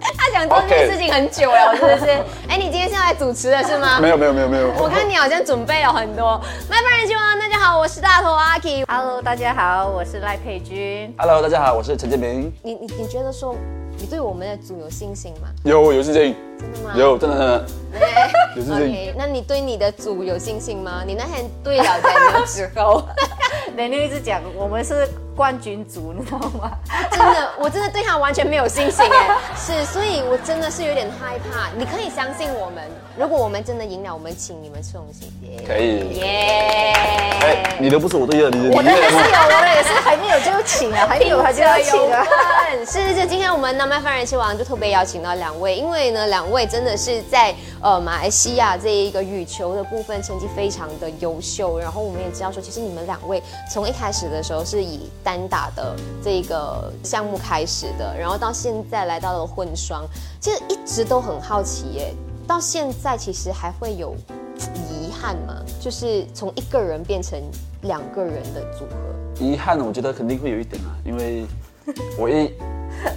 他想做这件事情很久了，我真的是。哎，你今天是要来主持的是吗？没有没有没有没有，我看你好像准备了很多。麦饭人希望大家好，我是大头阿 K。 Hello，大家好，我是赖佩君。 Hello，大家好，我是陈建明。你你你觉得说，你对我们的组有信心吗？有有事情，真的吗？有真的真的有事情。 OK，那你对你的组有信心吗？你那天对了才之后，雷妞一直讲我们是冠军组，你知道吗？ 真的，我真的对他完全没有信心哎。 是，所以我真的是有点害怕。你可以相信我们，如果我们真的赢了，我们请你们吃东西。可以。耶！哎，你的不是我对的，你的我你的也是的。有，我的也是还没有就请啊，还没有还就要请 啊。哎是是是，今天我们南麦饭人气王就特别邀请到两位，因为呢，两位真的是在呃马来西亚这一个羽球的部分成绩非常的优秀，然后我们也知道说，其实你们两位从一开始的时候是以单打的这个项目开始的，然后到现在来到了混双，其实一直都很好奇耶，到现在其实还会有遗憾吗？就是从一个人变成两个人的组合。遗憾，我觉得肯定会有一点啊，因为我一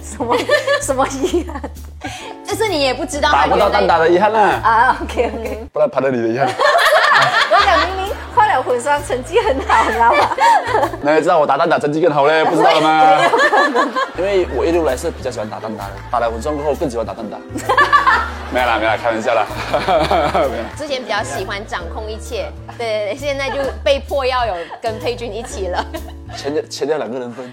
什么什么遗憾但哎是你也不知道打他不原到来单打的遗憾 啦，啊？OK OK，不然爬到你的遗憾。我想明明换了混双成绩很好，你知道吗？那你知道我打单打成绩更好嘞？不知道了 吗？因为我一路来是比较喜欢打单打的，打了混双过后更喜欢打单 打。没有啦，没有啦，开玩笑啦。 没有啦之前比较喜欢掌控一切，对对对，现在就被迫要有跟佩君一起了。钱要钱要两个人分。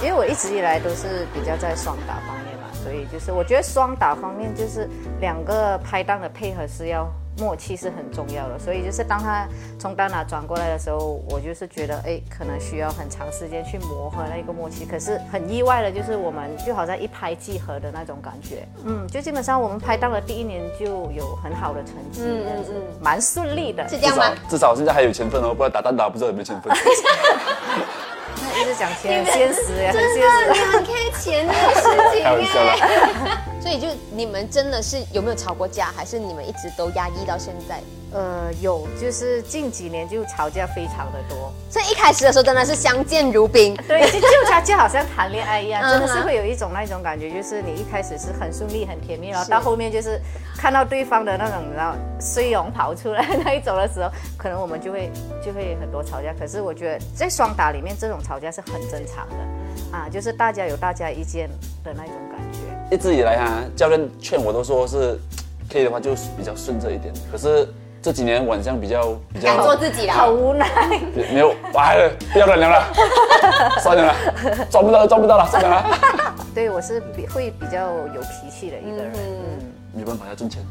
因为我一直以来都是比较在双打方面嘛，所以就是我觉得双打方面就是两个拍档的配合是要默契是很重要的，所以就是当他从单打转过来的时候，我就是觉得哎，可能需要很长时间去磨合那个默契。可是很意外的就是我们就好像一拍即合的那种感觉，嗯，就基本上我们拍档的第一年就有很好的成绩，这样子蛮顺利的。 是这至样吗少？至少现在还有钱分哦，不然打单打不知道有没有钱分。那一直讲 钱很现实呀，很真现实的，。你很 K 钱这个事情开玩笑啦哎。所以就你们真的是有没有吵过架，还是你们一直都压抑到现在？呃，有，就是近几年就吵架非常的多，所以一开始的时候真的是相见如宾，对，就就他就好像谈恋爱一样，真的嗯是哼会有一种那种感觉，就是你一开始是很顺利、很甜蜜，然后是到后面就是看到对方的那种，然后碎容跑出来那一种的时候，可能我们就会就会很多吵架。可是我觉得在双打里面，这种吵架是很正常的，啊，就是大家有大家意见的那种感觉，一直以来啊，教练劝我都说是，可以的话就比较顺着一点。可是这几年晚上比较比较敢做自己好啦。无奈。比没有，哎，不要乱聊 了，算了啦，抓不到了，抓不到了，算了啦。对我是比会比较有脾气的一个人。没办法，要挣钱。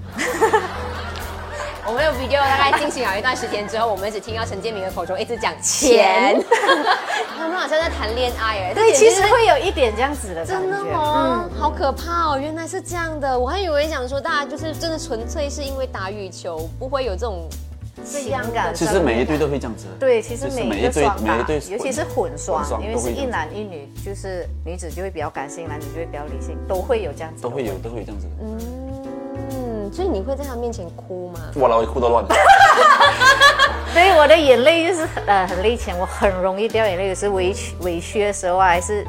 我们的 video 大概进行了一段时间之后，我们只听到陈建明的口中一直讲钱， 他们好像在谈恋爱哎。对，这简其直实是会有一点这样子的感觉。嗯真的哦，好可怕哦！原来是这样的，我还以为想说大家就是真的纯粹是因为打羽球，不会有这种这样情的感其实每一队都会这样子。对，其实就是每一个队双打每一队，尤其是混双，因为都会是有一男一女，就是女子就会比较感性，男子就会比较理性，都会有这样子的都会有都会有这样子的。嗯，所以你会在他面前哭吗？我老会哭得乱。所以我的眼泪就是呃很泪前，我很容易掉眼泪，有时委屈委屈的时候啊，还是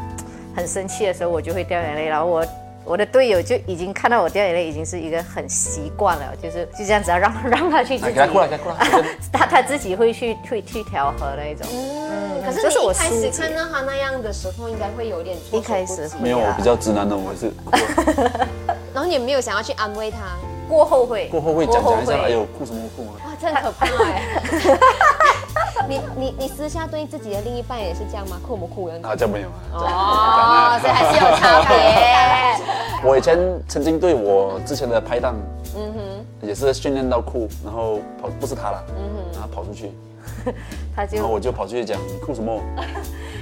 很生气的时候，我就会掉眼泪。然后我我的队友就已经看到我掉眼泪，已经是一个很习惯了，就是就这样子啊，让 让他去自来，己哎给他哭了，给他哭了。 他他自己会去去去调和那一种。嗯，可是这是你一我开疏始解看到他那样的时候，应该会有点措手一开不始及会没有，我比较直男的，我是哭了然后你也没有想要去安慰他，啊过后会过后会讲讲一下，过后哎会呦，哭什么哭啊？哇，真的可怕哎！ 你你你私下对自己的另一半也是这样吗？哭不哭人？啊，这样没有啊。这样哦，所以还是有哎差 别。我以前曾经对我之前的拍档，嗯也是训练到哭，然后跑不是他了，嗯然后跑出去，他然后就，我就跑出去讲你哭什么，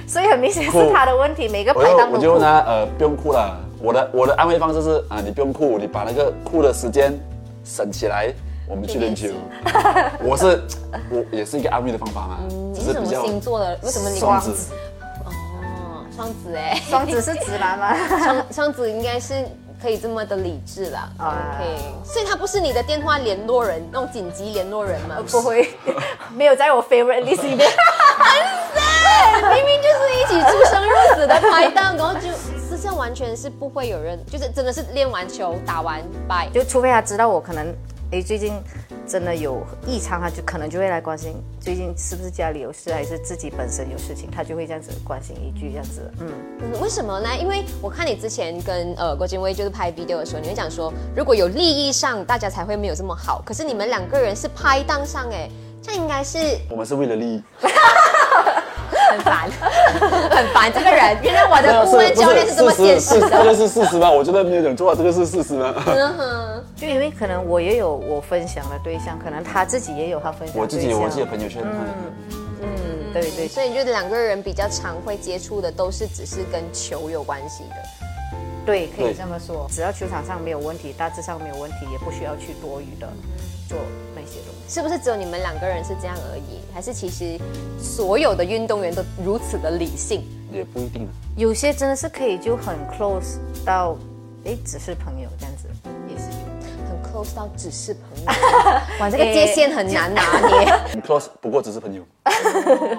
所以很明显哭是他的问题，每个我排就档都我就哭问他呃不用哭了，我的我的安慰方式是啊你不用哭，你把那个哭的时间省起来，我们去练球。我是我也是一个安慰的方法嘛，嗯你只是是什比么较星座的？为什么你双哦，子，双子哎。双子是直男吗？ 双双子应该是可以这么的理智啦。啊 OK，所以他不是你的电话联络人，那种紧急联络人吗？呃哦不会， 没有在我 favorite list 里面。 明明就是一起出生入死的拍档，然后就私这完全是不会有人，就是真的是练完球打完拜。就除非他知道我可能，诶，最近真的有异常，他就可能就会来关心最近是不是家里有事，还是自己本身有事情，他就会这样子关心一句这样子。嗯，嗯，为什么呢？因为我看你之前跟呃郭金威就是拍 video 的时候，你会讲说，如果有利益上，大家才会没有这么好。可是你们两个人是拍档上，哎，这应该是我们是为了利益。 很烦，很烦这个人。原来我对啊的顾问教练是这么现实是这的。个是事实吗？我觉得没有讲错啊，这个是事实吗？嗯哼，就因为可能我也有我分享的对象，可能他自己也有他分享我的自对己有象。我自己的朋友圈，哎嗯，对对。所以你觉得两个人比较常会接触的都是只是跟球有关系的。对，可对以这么说。只要球场上没有问题，大致上没有问题，也不需要去多余的做那些东西。是不是只有你们两个人是这样而已？还是其实所有的运动员都如此的理性？也不一定啊。有些真的是可以就很 close 到，诶，只是朋友这样子，也是有。很 close 到只是朋 友，哇，啊这个诶界限很难拿捏。很 close，不过只是朋友。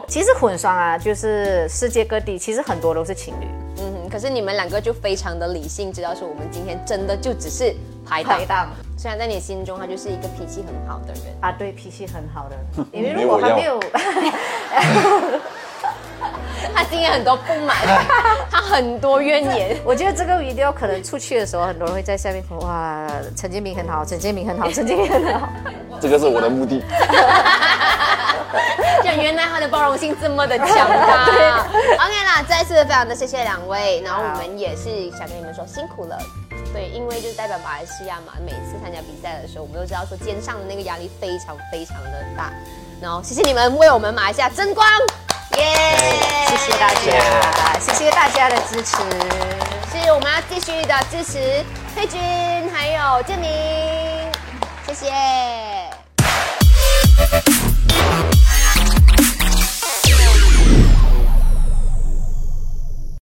其实混双啊，就是世界各地，其实很多都是情侣 嗯哼，可是你们两个就非常的理性，知道说我们今天真的就只是排档。拍档虽然在你心中他就是一个脾气很好的人，啊，对，脾气很好的，因为没如果我他要没 有，他今天很多不满， 他很多怨言。我觉得这个一定要可能出去的时候，很多人会在下面说哇，陈建明很好，陈建明很好，陈建明很 好。这个是我的目的。就原来他的包容性这么的强大。OK 啦，再次非常的谢谢两位，然后我们也是想跟你们说辛苦了。对，因为就是代表马来西亚嘛，每次参加比赛的时候，我们都知道说肩上的那个压力非常非常的大。然后谢谢你们为我们马来西亚争光，耶、谢谢大家，谢谢大家的支持。是我们要继续的支持佩君还有建明，谢谢。